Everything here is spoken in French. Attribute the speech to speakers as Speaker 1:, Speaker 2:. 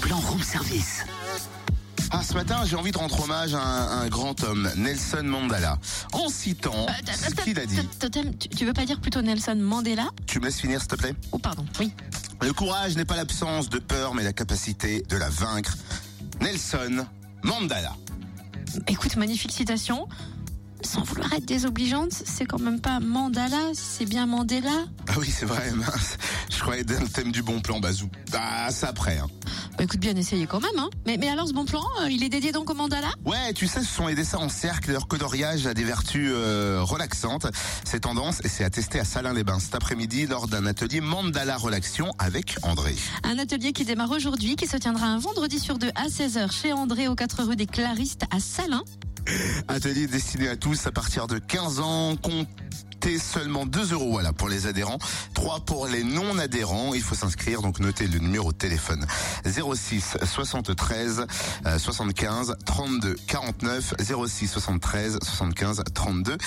Speaker 1: plan room service.
Speaker 2: Ah, ce matin, j'ai envie de rendre hommage à un, un grand homme, Nelson Mandela, en citant
Speaker 3: Euh, t'as-
Speaker 2: ce
Speaker 3: t'as-
Speaker 2: qu'il a dit.
Speaker 3: t'as- t'as- Tu tu veux pas dire plutôt Nelson Mandela
Speaker 2: Tu me laisses finir, s'il te plaît
Speaker 3: Oh pardon, oui.
Speaker 2: Le courage n'est pas l'absence de peur, mais la capacité de la vaincre. Nelson Mandela.
Speaker 3: Écoute, magnifique citation. Sans vouloir être désobligeante, c'est quand même pas Mandala, c'est bien Mandela.
Speaker 2: Ah oui, c'est vrai, mince. Je croyais être dans le thème du bon plan, Bazou. Ah, ça après, hein.
Speaker 3: Bah, écoute, bien essayé quand même. Hein. Mais, mais alors ce bon plan, euh, il est dédié donc au Mandala
Speaker 2: Ouais, tu sais, ce sont les dessins en cercle. Leur coloriage a des vertus euh, relaxantes. C'est tendance et c'est attesté à Salins-les-Bains cet après-midi lors d'un atelier Mandala Relaxion avec André.
Speaker 3: Un atelier qui démarre aujourd'hui, qui se tiendra un vendredi sur deux à 16h chez André, aux 4 rue des Claristes à Salins.
Speaker 2: Atelier destiné à tous à partir de 15 ans. Comptez seulement 2 euros voilà, pour les adhérents, 3 pour les non-adhérents. Il faut s'inscrire, donc notez le numéro de téléphone 06 73 euh, 75 32 49 06 73 75 32